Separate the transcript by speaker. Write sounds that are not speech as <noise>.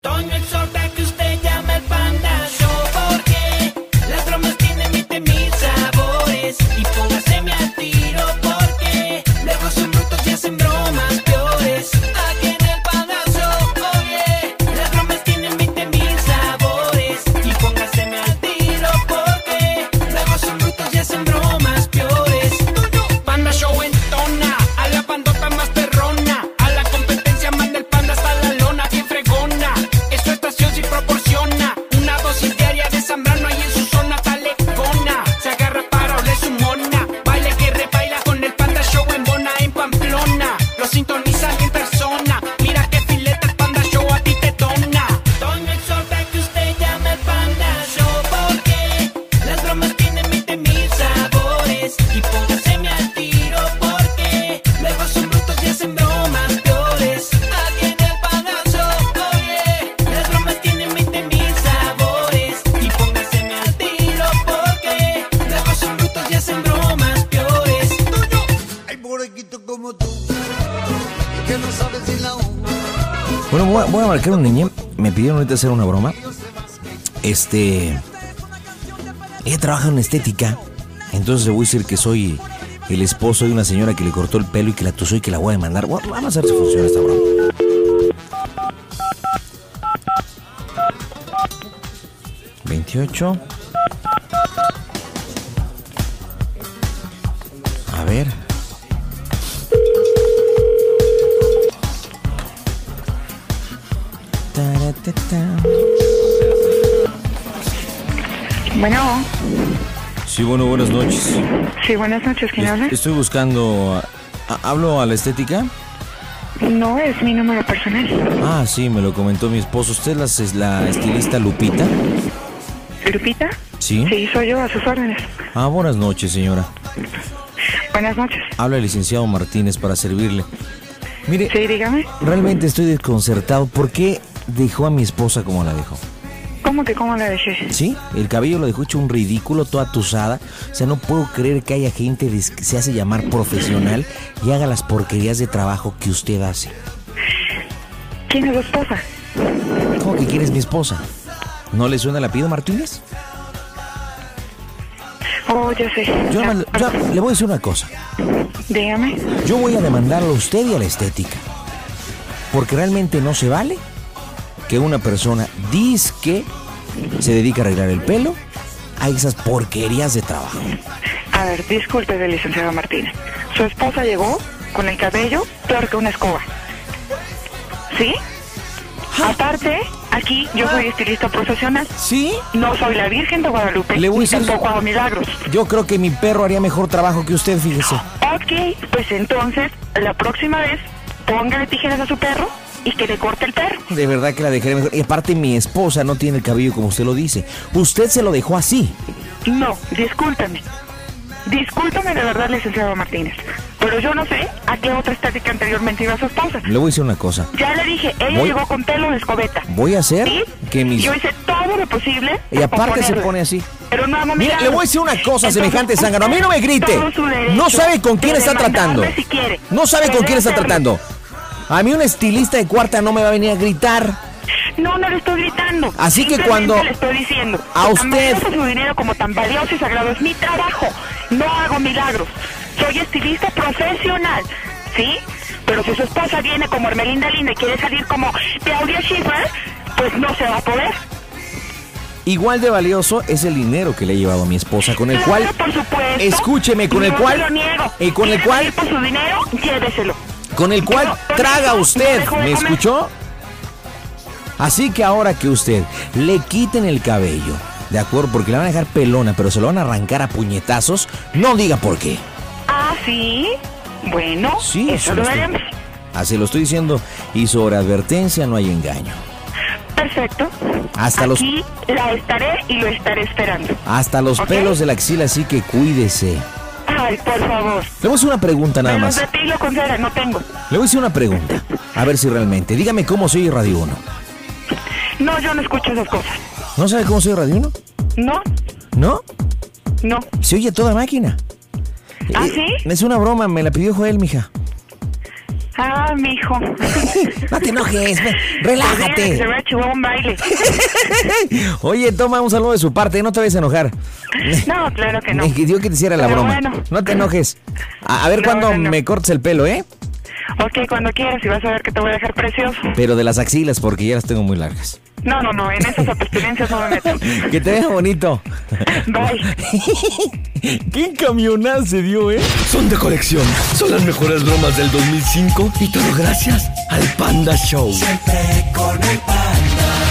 Speaker 1: Toño exhorta que usted llame al Panda Show porque las bromas tienen 20 mil sabores. Y póngaseme al tiro porque luego son brutos y hacen bromas peores. Aquí en el Panda Show, oye, las bromas tienen 20 mil sabores. Y póngaseme al tiro porque luego son brutos y hacen bromas peores. Panda Show entona a la bandota más perrona. A la competencia manda el panda hasta la lona, bien fregona. Es su estación si proporciona una dosis diaria de Zambrano y en su zona talegona. Se agarra para oler su mona. Baila que rebaila con el panda show en Bona, en Pamplona. Lo sintonizan en persona. Mira que fileta el panda show a ti te dona. Toño exhorta que usted llame al panda show porque las bromas tienen 20 mil sabores. Y póngaseme al tiro porque luego son brutos y hacen bromas peores. Aquí en el panda show, oye, las bromas tienen 20 mil sabores. Y póngaseme al tiro porque luego son brutos y hacen bromas peores. Toño.
Speaker 2: Hay borreguito como tú, que no sabes si la U.
Speaker 3: Bueno, voy a, voy a marcar un niño. Me pidieron ahorita hacer una broma. Este. Ella trabaja en estética. Entonces le voy a decir que soy el esposo de una señora que le cortó el pelo y que la tusó y que la voy a demandar. Bueno, vamos a ver si funciona esta broma. ¿28? A ver. Taratata.
Speaker 4: Bueno,
Speaker 3: Sí, bueno, buenas noches.
Speaker 4: sí, buenas noches, ¿quién habla?
Speaker 3: Es- Estoy buscando... a- a- ¿Hablo a la estética?
Speaker 4: No es mi número personal.
Speaker 3: Ah, sí, me lo comentó mi esposo. ¿Usted es la, es la estilista Lupita?
Speaker 4: ¿Lupita?
Speaker 3: Sí.
Speaker 4: Sí, soy yo, a sus órdenes.
Speaker 3: Ah, buenas noches, señora.
Speaker 4: Buenas noches.
Speaker 3: Habla el licenciado Martínez para servirle. Mire,
Speaker 4: Sí, dígame.
Speaker 3: realmente estoy desconcertado. ¿Por qué dejó a mi esposa como la dejó?
Speaker 4: ¿Cómo que cómo la dejé?
Speaker 3: Sí, el cabello lo dejó hecho un ridículo, toda atusada. O sea, no puedo creer que haya gente des- que se hace llamar profesional y haga las porquerías de trabajo que usted hace.
Speaker 4: ¿Quién es tu esposa?
Speaker 3: ¿Cómo que quieres mi esposa? ¿No le suena el apellido Martínez?
Speaker 4: Oh, ya sé.
Speaker 3: Yo,
Speaker 4: Ya,
Speaker 3: nada más- yo le voy a decir una cosa.
Speaker 4: Dígame.
Speaker 3: Yo voy a demandarlo a usted y a la estética. Porque realmente no se vale que una persona disque se dedica a arreglar el pelo a esas porquerías de trabajo.
Speaker 4: A ver, disculpe, licenciado Martínez. Su esposa llegó con el cabello peor que una escoba. ¿Sí?
Speaker 3: Ah.
Speaker 4: Aparte, aquí yo soy estilista profesional.
Speaker 3: ¿Sí?
Speaker 4: No soy la Virgen de Guadalupe.
Speaker 3: Le voy a
Speaker 4: ni
Speaker 3: decir-
Speaker 4: tampoco hago milagros.
Speaker 3: Yo creo que mi perro haría mejor trabajo que usted, fíjese.
Speaker 4: Ok, pues entonces, la próxima vez, póngale tijeras a su perro y que le corte el perro.
Speaker 3: De verdad que la dejaría mejor. Y aparte mi esposa no tiene el cabello como usted lo dice. Usted se lo dejó así.
Speaker 4: No, discúlpame. Discúlpame de verdad, licenciado Martínez. Pero yo no sé a qué otra estática anteriormente iba su esposa.
Speaker 3: Le voy a decir una cosa.
Speaker 4: Ya le dije, ella
Speaker 3: Voy-
Speaker 4: llegó con pelo de escobeta.
Speaker 3: Voy a hacer
Speaker 4: ¿Sí?
Speaker 3: que mis...
Speaker 4: Yo hice todo lo posible.
Speaker 3: Y aparte se
Speaker 4: por ponerla.
Speaker 3: pone así.
Speaker 4: Pero no hago
Speaker 3: Mire,
Speaker 4: milagros.
Speaker 3: le voy a decir una cosa,
Speaker 4: Entonces,
Speaker 3: semejante zángano. A mí no me grite.
Speaker 4: todo su derecho
Speaker 3: No sabe con quién
Speaker 4: de
Speaker 3: está tratando.
Speaker 4: demandarme si quiere.
Speaker 3: No sabe con
Speaker 4: Pero
Speaker 3: quién está
Speaker 4: hacerlo.
Speaker 3: tratando. A mí un estilista de cuarta no me va a venir a gritar.
Speaker 4: No, no le estoy gritando.
Speaker 3: Así que
Speaker 4: Simplemente
Speaker 3: cuando-
Speaker 4: Le estoy diciendo.
Speaker 3: A
Speaker 4: que
Speaker 3: usted-
Speaker 4: tan valioso su dinero como tan valioso y sagrado es mi trabajo. No hago milagros. Soy estilista profesional. ¿Sí? Pero si su esposa viene como Hermelinda Linda y quiere salir como Claudia Schiffer, pues no se va a poder.
Speaker 3: Igual de valioso es el dinero que le he llevado a mi esposa, con el
Speaker 4: Claro,
Speaker 3: cual,
Speaker 4: por supuesto,
Speaker 3: escúcheme, con el
Speaker 4: no
Speaker 3: cual,
Speaker 4: se lo niego.
Speaker 3: y con el
Speaker 4: Quiere
Speaker 3: cual,
Speaker 4: venir por su dinero, lléveselo.
Speaker 3: con el cual
Speaker 4: Pero,
Speaker 3: traga
Speaker 4: no
Speaker 3: usted.
Speaker 4: dejo de
Speaker 3: ¿Me
Speaker 4: comer.
Speaker 3: escuchó? Así que ahora que usted le quiten el cabello, de acuerdo, porque le van a dejar pelona, pero se lo van a arrancar a puñetazos, no diga por qué.
Speaker 4: Ah, sí. Bueno,
Speaker 3: Sí,
Speaker 4: eso
Speaker 3: se
Speaker 4: lo
Speaker 3: lo estoy-
Speaker 4: veremos.
Speaker 3: Así lo estoy diciendo. Y sobre advertencia no hay engaño.
Speaker 4: Perfecto.
Speaker 3: Hasta los-
Speaker 4: Aquí la estaré y lo estaré esperando.
Speaker 3: Hasta los
Speaker 4: Ok.
Speaker 3: pelos de la axila, así que cuídese. Le
Speaker 4: Ay, por favor.
Speaker 3: voy a hacer una pregunta nada
Speaker 4: Menos
Speaker 3: más.
Speaker 4: de
Speaker 3: Le
Speaker 4: pillo con cera, no tengo.
Speaker 3: voy a hacer una pregunta. A ver si realmente. Dígame cómo soy Radio 1.
Speaker 4: No, yo no escucho esas cosas.
Speaker 3: ¿No sabe cómo soy Radio 1?
Speaker 4: No,
Speaker 3: ¿No?
Speaker 4: no.
Speaker 3: Se oye a toda máquina.
Speaker 4: ¿Ah,
Speaker 3: Eh,
Speaker 4: sí?
Speaker 3: Es una broma, me la pidió Joel, mija.
Speaker 4: Ah,
Speaker 3: <laughs>
Speaker 4: mijo.
Speaker 3: No te enojes, ve,
Speaker 4: <laughs> Olvídate que Se
Speaker 3: relájate.
Speaker 4: me chivó un baile.
Speaker 3: <laughs>
Speaker 4: Pues
Speaker 3: Oye, toma un saludo de su parte, no te vayas a enojar.
Speaker 4: No, claro que no.
Speaker 3: Me pidió que te hiciera la
Speaker 4: Pero
Speaker 3: broma.
Speaker 4: bueno.
Speaker 3: No te enojes. A, a ver
Speaker 4: No,
Speaker 3: cuándo
Speaker 4: no, no.
Speaker 3: me cortes el pelo, ¿eh?
Speaker 4: Ok, cuando quieras y vas a ver que te voy a dejar precioso.
Speaker 3: Pero de las axilas, porque ya las tengo muy largas.
Speaker 4: No, no, no, en esas abstinencias no
Speaker 3: <laughs>
Speaker 4: me meto.
Speaker 3: Que te vea bonito.
Speaker 4: Bye.
Speaker 3: ¿Qué camionada se dio, eh?
Speaker 5: Son de colección. Son las mejores bromas del 2005 y todo gracias al Panda Show.
Speaker 1: Siempre con el panda.